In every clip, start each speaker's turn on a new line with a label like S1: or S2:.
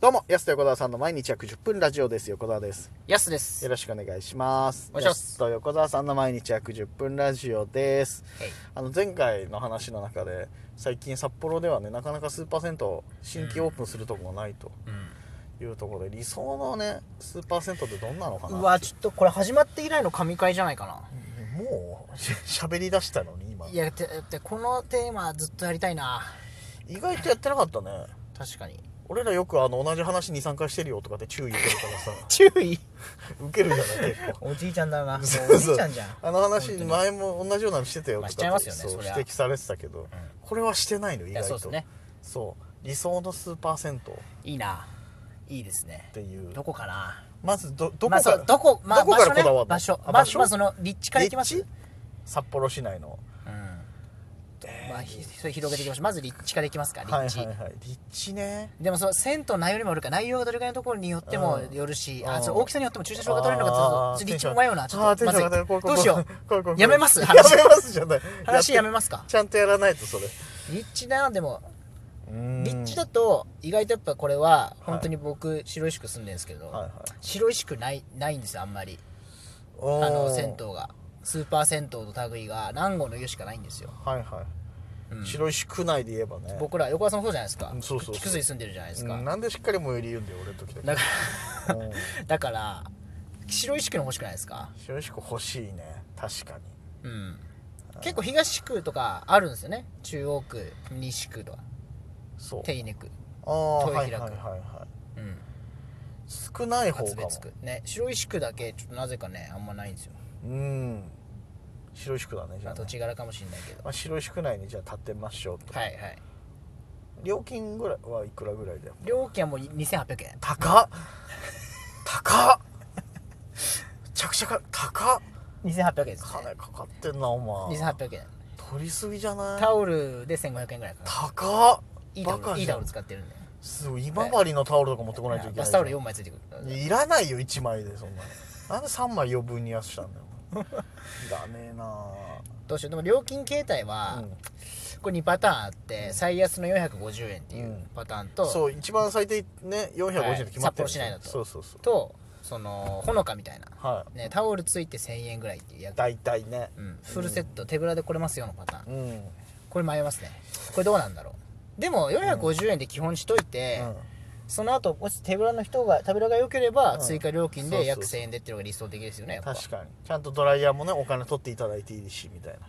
S1: どうも、安と横澤さんの毎日約10分ラジオです。横澤です。
S2: やすです
S1: よ。ろしくお願いします。
S2: お願いします
S1: 安と横澤さんの毎日約10分ラジオです
S2: はい。
S1: あの、前回の話の中で、最近札幌ではね、なかなかスーパー銭湯、新規オープンするとこがないというところで、理想のね、スーパー銭湯ってどんなのか
S2: う
S1: な。
S2: ん、うわ、ちょっとこれ始まって以来の神回じゃないか
S1: もう、し喋り出したのに、今
S2: な。い。や、て、てこのテーマずっとやりたいな。
S1: 意外とやってなかったね。
S2: 確かに。
S1: 俺らよくあの、同じ話2、3回してるよとかって注意受けるからさ、
S2: 注意
S1: 受けるじゃない、結構。
S2: おじいちゃんだな。もう
S1: そう
S2: おじいちゃんじゃん。
S1: あの話
S2: 本当に
S1: 前も同じようなのしてたよと
S2: ま
S1: かっ
S2: あしてちゃいますよね
S1: そう
S2: そ
S1: 指
S2: りゃ
S1: 摘されてたけどこれはしてないの意
S2: いや、
S1: 外
S2: そ
S1: と
S2: うですね。
S1: そう理想のスーパー銭湯っ
S2: いいな。いいですね。
S1: ていう
S2: どこかな
S1: まずどど
S2: ま
S1: こか
S2: あそ
S1: ら
S2: うどこ、まあ、
S1: どこからこだわるの
S2: 場所,、ね、場所
S1: あ
S2: まあ
S1: 場所
S2: まあその立地からいきます
S1: 立地札幌市内の
S2: うんまあ、ひそれ広げていきましょうまず立地からいきますか立
S1: はい
S2: 地、
S1: はいはい立地ね
S2: でもその銭湯の内容にもよるから内容がどれくらいのところによっても
S1: うん
S2: よるし、
S1: う
S2: あ
S1: ん
S2: そう大きさによっても駐車場が取れるのか
S1: あー
S2: ちょっと立地も迷うなちょ
S1: あー
S2: っと
S1: テン
S2: ま
S1: ション
S2: ずい
S1: 上がるこれこ
S2: ど
S1: れ
S2: うし よ
S1: これこれこれ
S2: やめま す
S1: やめ
S2: 話
S1: ますじゃない
S2: 話やめ
S1: す
S2: ますか
S1: ちゃんとやらないとそれ
S2: う立地なでも立地だ
S1: と
S2: と意外とやっぱこれは本当に僕白石区住んでるんですけど、
S1: はいはい
S2: 白石区ないないんですよあんまりあ
S1: あ
S2: の銭湯がスーパー銭湯と類が南郷の湯しかないんですよ、
S1: はいは
S2: う
S1: い
S2: ん
S1: 白石区内で言えばね
S2: 僕ら横川さんもそうじゃないですか
S1: うんそうそうそう
S2: 木津に住んでるじゃないですか、
S1: うんなんでしっかり最寄り言うんだよ俺の時だけ
S2: だから
S1: うん
S2: だから白石区の方欲しくないですか
S1: 白石区欲しいね確かに
S2: うん結構東区とかあるんですよね中央区西区とか
S1: そう
S2: 手稲区
S1: ああは
S2: 豊
S1: いはい
S2: 平区
S1: はいはい
S2: うん
S1: 少ない方
S2: 初
S1: かも
S2: 別区ね白石区だけちょっとなぜかねあんまないんですよ、
S1: うん白石区だねじ
S2: ま
S1: ゃ
S2: あ、
S1: あね、
S2: 土地柄かもしれないけど
S1: まあ、白石区内にじゃあ建てましょうと、
S2: はいはい
S1: 料金ぐらいはいくらぐらいだよ
S2: 料金はもう2800円
S1: 高っ高っめちゃくちゃか高っ
S2: 2800円ですね
S1: 金かかってんなお前
S2: 2800円
S1: 取りすぎじゃない
S2: タオルで1500円ぐらいかな
S1: 高っ
S2: いいタ
S1: バ
S2: オ
S1: カ
S2: ルいい
S1: じゃ
S2: タ
S1: ん
S2: オル使ってるんで、
S1: すごい今治のタオルとか持ってこないといけない
S2: バスタオル
S1: じゃん
S2: 4枚ついてくる
S1: いらないよ1枚でそんななんで3枚余分に安したんだよいらねえな
S2: どうしようでも料金形態は、これ2パターンあって、最安の450円っていううんパターンと、
S1: あそう一番最低ね450円で決まってる
S2: はい札幌市内だと
S1: そうそうそう
S2: とそのほのかみたいな、
S1: はい
S2: ね、タオルついて1000円ぐらいっていうやつ、
S1: 大体ね
S2: うん、フルセット、手ぶらで来れますよのパターン
S1: うん、うん
S2: これ迷いますねこれどうなんだろうでも450円で基本にしといて、その後もし手ぶらの人が手ぶらが良ければ
S1: うん
S2: 追加料金
S1: そう
S2: で
S1: そう
S2: 約
S1: そ
S2: 1000
S1: う
S2: 円でっていうのが理想的ですよねやっぱ
S1: 確かにちゃんとドライヤーもねお金取っていただいていいしみたいな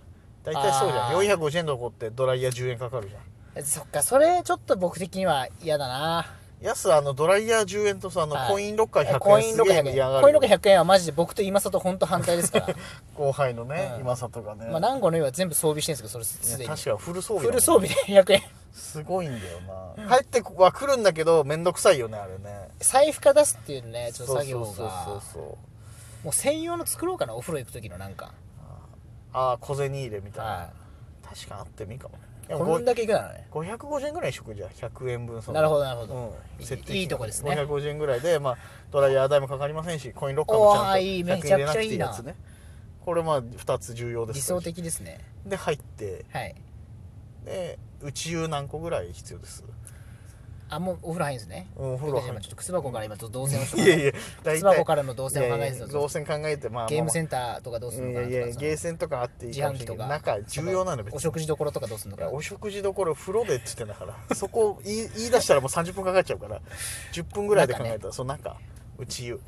S1: 大体そうじゃん
S2: あー
S1: 450円のとこってドライヤー10円かかるじゃん
S2: そっかそれちょっと僕的には嫌だな
S1: 安あのドライヤー10円とさあの
S2: はい
S1: コインロッカー100円
S2: コインロ
S1: す
S2: ッカ
S1: げえ盛り
S2: ー100
S1: 上
S2: 円
S1: が
S2: コイ
S1: る
S2: ンロ
S1: よ
S2: ッカー100円はマジで僕と今里本当反対ですから
S1: 後輩のね、
S2: うん
S1: 今里がね、
S2: まあ南郷の湯は全部装備してるんですけどそれす
S1: い
S2: で
S1: や
S2: に
S1: 確かにフル装備だもん
S2: フル装備で100円
S1: すごいんだよな帰っては来るんだけど面倒くさいよねあれね
S2: 財布から出すっていうねちょっと作業が
S1: そうそうそうそう
S2: もう専用の作ろうかなお風呂行く時のなんか
S1: ああ小銭入れみたいな、
S2: は
S1: 確かにあってもいいかも
S2: い
S1: でも
S2: こんだけ行くならね
S1: ご550円ぐらいにしとくじゃん100円分その
S2: なるほどなるほど、
S1: うん、
S2: いい
S1: 設定金額
S2: いいとこですね
S1: 550円ぐらいで、まあ、ドライヤー代もかかりませんしコインロッカーもちゃんと
S2: おーいいめちゃくちゃいいな
S1: 100円入れくてねこれまあ2つ重要です
S2: 理想的ですね
S1: で入って
S2: はい
S1: で内湯何個ぐらい必要です
S2: あもうお風呂入るんですね
S1: うんお風呂入
S2: 今
S1: る
S2: ちょっと靴箱から今動線をして
S1: い
S2: も
S1: や
S2: らう
S1: いや大
S2: 靴箱か
S1: 体
S2: らの動線を考えてたんです
S1: 動
S2: よ
S1: 線考えてまあまあまあ
S2: ゲームセンターとかどうす
S1: い
S2: るのか
S1: や
S2: ないとか
S1: や
S2: その
S1: ゲーセンとかあっていい
S2: 自
S1: かも
S2: 販
S1: しれ
S2: 機
S1: な
S2: と
S1: いけど
S2: か
S1: 中重要なの
S2: そ
S1: 別
S2: の
S1: に
S2: お食事どころとかどうするの
S1: い
S2: か
S1: やお食事どころ風呂でって言ってんだからそこ言い言い出したらもう30分かかっちゃうから10分ぐらいで考えたら、その中内湯、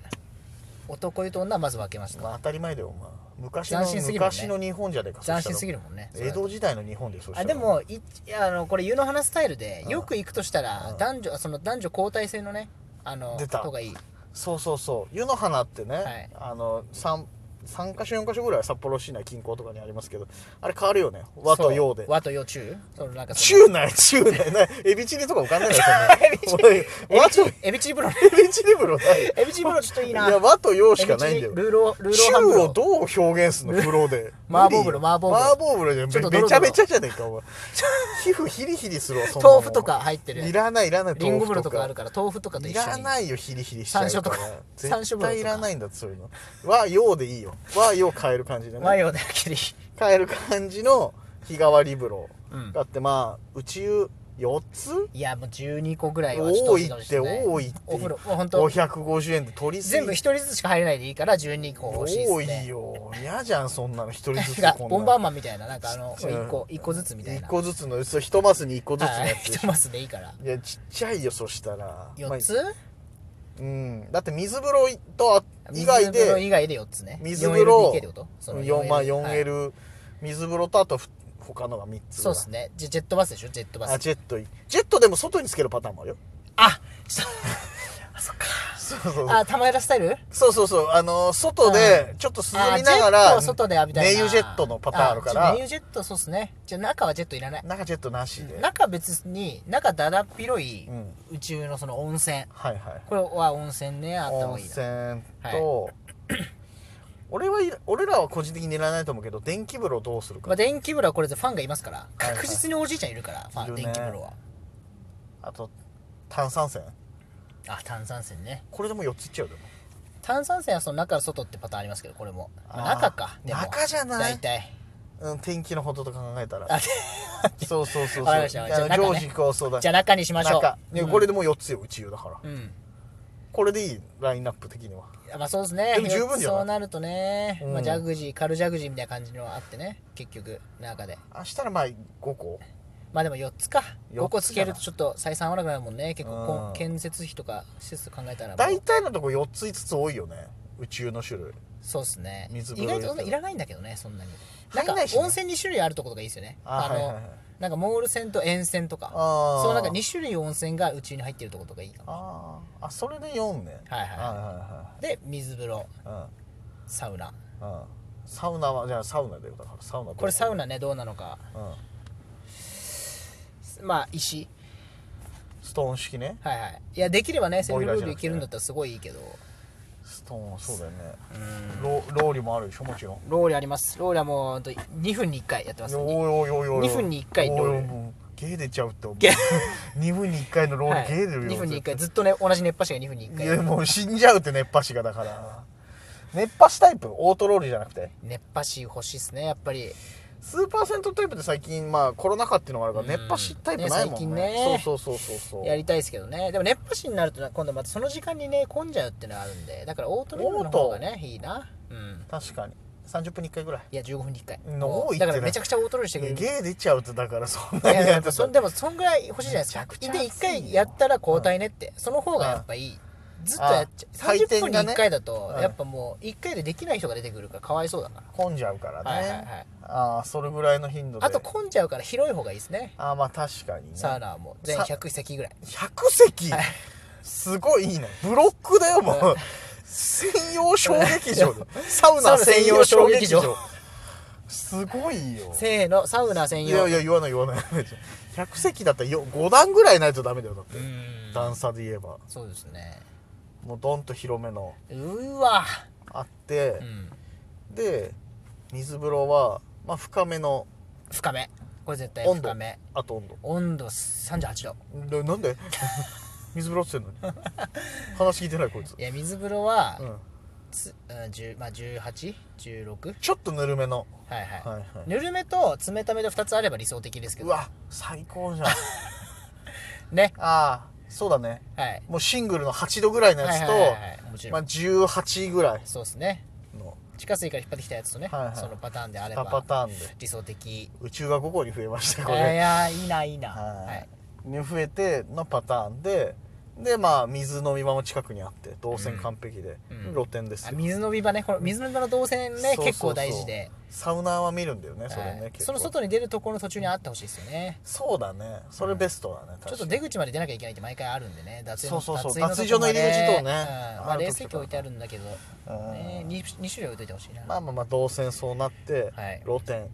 S2: 男湯と女はまず分けました、
S1: まあ、当たり前だよ、まあ、昔の、
S2: 斬新すぎるもんね
S1: 昔の日本じゃねえか
S2: 斬新すぎ
S1: る
S2: るもんね
S1: 江戸時代の日本でそうした
S2: あ
S1: ら
S2: でもいあのこれ湯の花スタイルでよく行くとしたら
S1: うん
S2: 男女その男女交代制のねあの
S1: 出た
S2: 方がいい
S1: そうそうそう湯の花ってね、
S2: はい
S1: あの 3, 3か所4か所ぐらい札幌市内近郊とかにありますけどあれ変わるよね和と洋で
S2: そう和と洋中そのなんかその
S1: 中内中内ねエビチリとか浮かんないですよね和とエ
S2: エビチリ風呂ね
S1: ビチリ風呂ない
S2: エビチリ風呂ちょっと いい
S1: い
S2: な
S1: や和と洋しかないんだよ
S2: エビチリルーロールーローハン
S1: 中
S2: ブ
S1: を
S2: ロ
S1: どう表現するの風呂 で
S2: 麻婆風呂麻婆風呂
S1: 麻婆風呂じゃん
S2: ちょっと
S1: めめ
S2: ドロ
S1: ち
S2: ド
S1: ゃ
S2: ロ
S1: めちゃじゃねえかお前皮膚ヒリヒリするわそんなもん
S2: 豆腐とか入ってる
S1: いらないいらない
S2: リンゴ風呂とかあ
S1: 豆
S2: る
S1: 腐
S2: から豆腐とかと
S1: い
S2: 一緒に
S1: らないよヒリヒリしちゃう
S2: 山椒とから山椒風呂
S1: 絶
S2: とか
S1: 対いらないんだってそういうの和洋でいいよ和洋変える感じで
S2: 和
S1: ね
S2: 洋だけでいい
S1: 変える感じの日替わり風呂
S2: うん
S1: だってまあ内湯4つ
S2: いやもう12個ぐらいはちょっと
S1: 多
S2: 落
S1: い
S2: ちほ
S1: っ
S2: しい
S1: て
S2: ね
S1: 多いって
S2: お風呂もう本当
S1: 550円で取りすぎ
S2: 全部一人ずつしか入れないでいいから12個欲しいっす、ね、
S1: 多いよ嫌じゃんそんなの一人ずつ
S2: てか
S1: こんな
S2: ボンバーマンみたいななんかあの
S1: ちっちゃい
S2: 1個一個ずつみたい
S1: 1
S2: な
S1: 個ずつのそう一マスに1個ずつの
S2: はい
S1: や
S2: 一
S1: つ
S2: マスでいいから
S1: いやちっちゃいよそしたら
S2: 4つ、
S1: まあうんだって水風呂とあ以外
S2: 水風呂
S1: で
S2: 以外で4つね
S1: 水風呂
S2: 4LDK ってことその
S1: 4, まあ
S2: 4L はい
S1: 4L 水風呂とあとふ他のが3つ
S2: そうです
S1: ね
S2: ねじゃジェットバスでしょジェットバス
S1: あジェットいジェットでも外につけるパターンもあるよ
S2: あそうあそっか
S1: そうそうそう
S2: あ玉枝スタイル
S1: そうそうそうあの外でちょっと涼
S2: あ
S1: みながら
S2: ジェットを外で浴びたいな
S1: ネイユジェットのパターンあるから
S2: メイユジェットそうっすねじゃあ中はジェットいらない
S1: 中ジェットなしで、はい
S2: 中別に中だだっ広い
S1: うん
S2: 宇宙のその温泉
S1: はい
S2: これは温泉ねあった方
S1: 温
S2: がいいな
S1: 泉と、俺はいら俺らは個人的にいらないと思うけど電気風呂どうするか、
S2: まあ、電気風呂はこれでファンがいますから
S1: はい
S2: 確実におじいちゃんいるから、ファン
S1: いるね
S2: 電気風呂は
S1: あと炭酸泉
S2: あ炭酸泉ね
S1: これでも4ついっちゃうでも
S2: 炭酸泉はその中外ってパターンありますけどこれも、まあ
S1: あー
S2: 中かでも
S1: 中じゃない
S2: 大体
S1: うん、天気のこととか考えたら
S2: あ。
S1: そうそうそうそう。
S2: わかりましたじゃ
S1: あ
S2: あ
S1: の
S2: 中ね
S1: 常時こうそうだ。
S2: じゃあ中にしましょう
S1: 中ね
S2: うん
S1: これでもう4つよ、うちよだから。
S2: うん
S1: これでいい、ラインナップ的には。
S2: まあそうですね
S1: でも十分じゃない
S2: そうなるとね、
S1: うん
S2: まあ、ジャグジーカルジャグジーみたいな感じのがあってね結局中で
S1: あしたらまあ5個。
S2: まあでも4つか
S1: 四つ
S2: 5個つけるとちょっと採算合わなくなるもんね結構こう
S1: うん
S2: 建設費とか施設考えたらもう
S1: 大体のとこ4つ5つ多いよね。宇宙の種類。
S2: そうですね
S1: 水風
S2: 意
S1: 呂
S2: 外とそんないらないんだけどねそんなにな
S1: 入
S2: ん
S1: ん
S2: か
S1: ないしね
S2: 温泉2種類あるとことがいいですよね
S1: あ
S2: の、
S1: はいはいはい
S2: なんかモール線と沿線とか
S1: あー
S2: そうなんか2種類温泉が宇宙に入ってるとことがいいかも
S1: あーあ、それで4ね。
S2: はいはい
S1: は
S2: で水風呂
S1: いはい。
S2: サウナ
S1: うん。うん。サウナは、じゃあサウナだよ。だからサウナ
S2: これサウ
S1: ナ。
S2: ナねどうなのか
S1: うん。
S2: まあ石
S1: ストーン式ね。
S2: はいはいいやできればねセル
S1: ボイ
S2: フ
S1: ラー
S2: ル
S1: じゃ
S2: ール
S1: ないくてね
S2: けるんだったらすごいいいけど
S1: ストーン、そうだよね。ロローリもあるでしょ、もちろん。
S2: ローリありますローリはもうほんと2分に1回やってます
S1: よーよーよーよー
S2: 2分に1回
S1: おー
S2: ロール
S1: よーもうゲー出ちゃうって思う
S2: ゲー
S1: 2分に1回のロールゲー出るよ、
S2: 2分に1回ず
S1: 絶
S2: っとね同じ熱波師が2分に
S1: 対
S2: 1回
S1: いやもう死んじゃうって熱波師がだから熱波師タイプオートロールじゃなくて
S2: 熱波師欲しいっすねやっぱり
S1: スーパーセントタイプで最近まあコロナ禍っていうのもあるから
S2: うん
S1: 熱波師タイプないもんね
S2: ね最近ね
S1: そうそうそうそうそう
S2: やりたいですけどねでも熱波師になるとな今度またその時間にね混んじゃうっていうのがあるんでだからオートロールの方がねいいなうん
S1: 確かに30分に1回ぐらい
S2: いや15分に1回
S1: の多いって
S2: だ
S1: な
S2: からめちゃくちゃオートロールしてくれるい
S1: ゲー出ちゃうってだからそんな
S2: や
S1: に
S2: いややっぱ
S1: てた
S2: そんでもそんぐらい欲しいじゃないですか
S1: めちゃくちゃ
S2: で1
S1: 暑いよ
S2: 回やったら交代ねってその方がやっぱいいずっとやっちゃ
S1: あ
S2: う
S1: ー回
S2: 30分
S1: 転
S2: に
S1: がね
S2: 1回だと
S1: うん
S2: やっぱもう1回でできない人が出てくるからかわいそうだから
S1: 混んじゃうからね、
S2: はいはいはい
S1: ああそれぐらいの頻度で
S2: あと混んじゃうから広い方がいいですね
S1: ああまあ確かにね
S2: サウナはもう全
S1: さ
S2: 100席ぐらい
S1: 100席、
S2: はい
S1: すごいいいねブロックだよもう専用小劇場 だよサウナ専用小劇場
S2: サ
S1: す
S2: ウナ専用小劇場
S1: ごいよ
S2: せーのサウナ専
S1: いや
S2: 用
S1: いや言わない言わない100席だったらよ5段ぐらいないとダメだよだって
S2: うん
S1: 段差で言えば
S2: そうですね
S1: もうドンと広めの
S2: うーわ
S1: あって
S2: う、ん
S1: で水風呂は、まあ、深めの
S2: 深めこれ絶対
S1: 温度
S2: 深め
S1: あと温度
S2: 温度38
S1: で
S2: 度
S1: なんで 水風呂っつってんのに話聞いてないこいつ、
S2: いや水風呂は、
S1: うん、
S2: つうん10まあ、1816
S1: ちょっとぬるめの
S2: はいはい、
S1: はいはい
S2: ぬるめと冷ためと2つあれば理想的ですけ
S1: う
S2: ど
S1: わ最高じゃん
S2: ね
S1: ああそうだね
S2: はい
S1: もうシングルの8度ぐらいのやつと、
S2: はいはいはいはいもちろん
S1: まあ、18ぐらい
S2: そうですね
S1: の
S2: 地下水から引っ張ってきたやつとね、
S1: はいはい
S2: そのパターンであれば
S1: 2パターンで
S2: 理想的
S1: 宇宙が5個に増えました
S2: い
S1: これ、
S2: やいやいいないいな
S1: はい
S2: はい
S1: に増えてのパターンででまあ水飲み場も近くにあって動線完璧で、
S2: うん
S1: 露天です
S2: あ
S1: よ、
S2: 水飲み場ねこの水飲み場の動線
S1: そうそう
S2: ね
S1: そう
S2: 結構大事で
S1: サウナーは見るんだよねそれ
S2: は
S1: ね
S2: い、
S1: 結構
S2: その外に出るところの途中にあってほしいですよね
S1: そうだねそれベストだね、
S2: ち
S1: 確
S2: ょっ
S1: か
S2: と
S1: に
S2: 出口まで出なきゃいけないって毎回あるんでね脱衣の
S1: そうそうそう
S2: 脱衣のとこまで
S1: 脱衣所の入り口とね
S2: うん
S1: ある時
S2: まあ
S1: とか
S2: 冷水器置いてあるんだけど、
S1: うん
S2: ね、2, 種類置いといてほしいな、
S1: まあまあまあ動線そうなって、
S2: はい
S1: 露天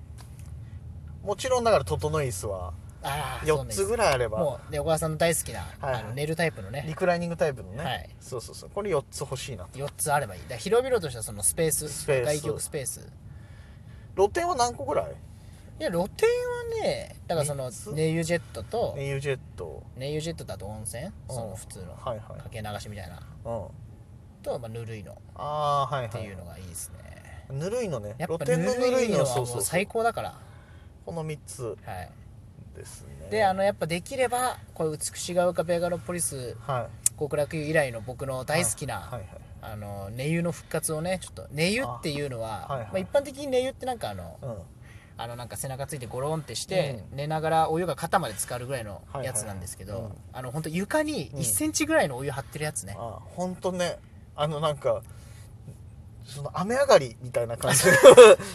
S1: もちろんだから整い椅子は
S2: あーそう
S1: 4
S2: ね
S1: つぐらいあれば
S2: もうで小川さんの大好きな、
S1: はいはい
S2: あの寝るタイプのね
S1: リクライニングタイプのね、
S2: はい
S1: そうそうそうこれ4つ欲しいなと
S2: 4つあればいいだから広々としたそのスペース
S1: スペース
S2: 外局スペース
S1: 露天は何個ぐらい
S2: いや露天はねだからその
S1: 三つ
S2: ネイユジェットと
S1: ネイユジェット
S2: ネイユジェットだと温泉その普通の
S1: はいはい
S2: かけ流しみたい
S1: う
S2: な
S1: ん
S2: と、まあ、ぬるいの
S1: ああはい
S2: って
S1: はい
S2: いうのがいいですね、
S1: ぬるいのね
S2: やっ
S1: 露
S2: ぱぬ
S1: 天のぬ
S2: る
S1: る
S2: い
S1: いの
S2: のは
S1: そ
S2: も
S1: うそううそう
S2: 最高だから
S1: この3つ
S2: はい
S1: ですね
S2: であのやっぱできればこう美しが丘ベガロポリス
S1: は
S2: 極楽湯以来の僕の
S1: い
S2: 大好きな、
S1: はいはい
S2: あの寝湯の復活をねちょっと寝湯っていうのは
S1: あはいはい
S2: まあ、一般的に寝湯ってなんかあの
S1: はい
S2: あのなんか背中ついてゴロンってして、
S1: う
S2: 寝ながらお湯が肩まで浸かるぐらいのやつなんですけど、
S1: はいはいはい
S2: あの本当床に
S1: うん
S2: 1センチぐらいのお湯張ってるやつね
S1: うん、、あ本当ねあのなんかその雨上がりみたいな 感じ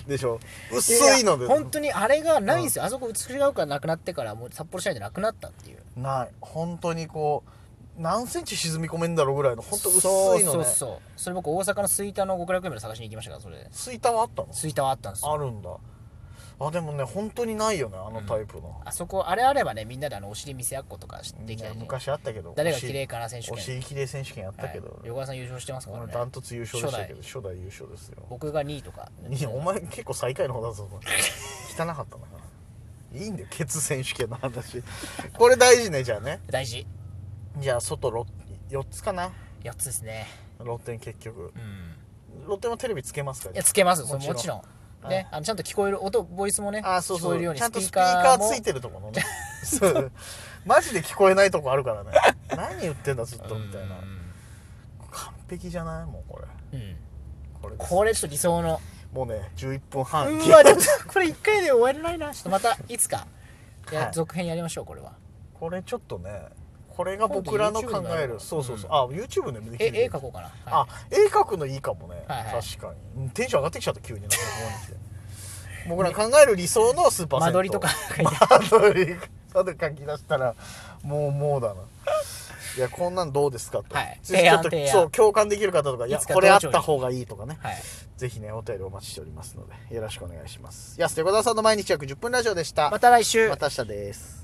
S1: でしょ薄いので
S2: や本当にあれがないんですよ、あそこ美しが丘なくなってからもう札幌市内でなくなったっていう
S1: ない本当にこう何センチ沈み込めんだろうぐらいの本当薄いの
S2: そうそう
S1: ね
S2: そうそれ僕大阪の吹田の極楽湯まで探しに行きましたからそれで
S1: スイタはあったの
S2: 吹田はあったんですよ
S1: あるんだあでもね本当にないよねあのタイプの、
S2: あそこあれあればねみんなであのお尻見せやっことかし
S1: い
S2: できた
S1: や
S2: りね
S1: 昔あったけど
S2: 誰が綺麗かな選手
S1: お
S2: 権
S1: 尻きれい選手権やったけど、
S2: はい、横川さん優勝してますから
S1: 俺
S2: ね
S1: ダントツ優勝でしたけど初代優勝ですよ
S2: 僕が2位とか
S1: いやお前結構最下位の方だぞお前汚かったないいんだよケツ選手権の話これ大事ねじゃあね
S2: 大事
S1: じゃあ外ろ4つかな
S2: 4つですね
S1: 露天結局
S2: うん
S1: 露天はテレビつけますか
S2: い
S1: ら
S2: やつけますそ
S1: も
S2: れ
S1: ちろん
S2: もちろん
S1: はい
S2: ね、あのちゃんと聞こえる音ボイスもね
S1: あーそう
S2: 聞
S1: そ
S2: こえるよう
S1: う
S2: に
S1: ちゃんとス
S2: ス
S1: ピ
S2: ピー
S1: ーカ
S2: カー
S1: ー
S2: も
S1: ついてるところ ねそうマジで聞こえないとこあるからね何言ってんだずっとみたいな完璧じゃないもうこれ
S2: うんうん
S1: これです
S2: これちょっと理想の
S1: もうね11分
S2: う
S1: 半
S2: わちょっとこれ1回で終われないなちょっとまたいつかいや、
S1: はい
S2: 続編やりましょうこれは
S1: これちょっとねこれが僕らの考
S2: 今度
S1: え
S2: YouTube にな
S1: る
S2: る
S1: そうそうそう、
S2: うん
S1: あ YouTube でもでき
S2: え
S1: る
S2: 絵描こうかな、
S1: あ
S2: は
S1: 絵描くのいいかもね、
S2: はいはい
S1: 確かにうんテンション上がってきちゃった急になんかここに来て僕ら考える理想のスーパー銭
S2: い、間
S1: 湯
S2: 取りとか
S1: 間取りまで書き出したらもうもうだないやこんなんどうですかと、
S2: はい
S1: ぜひちょっと
S2: 提案提案
S1: そう共感できる方とかいや
S2: いつか
S1: これあっ
S2: 道場に
S1: た方がいいとかね
S2: はい
S1: ぜひねお便りお待ちしておりますのでよろしくお願いします安手小沢さんの毎日約10分ラジオでした
S2: また来週
S1: また明日です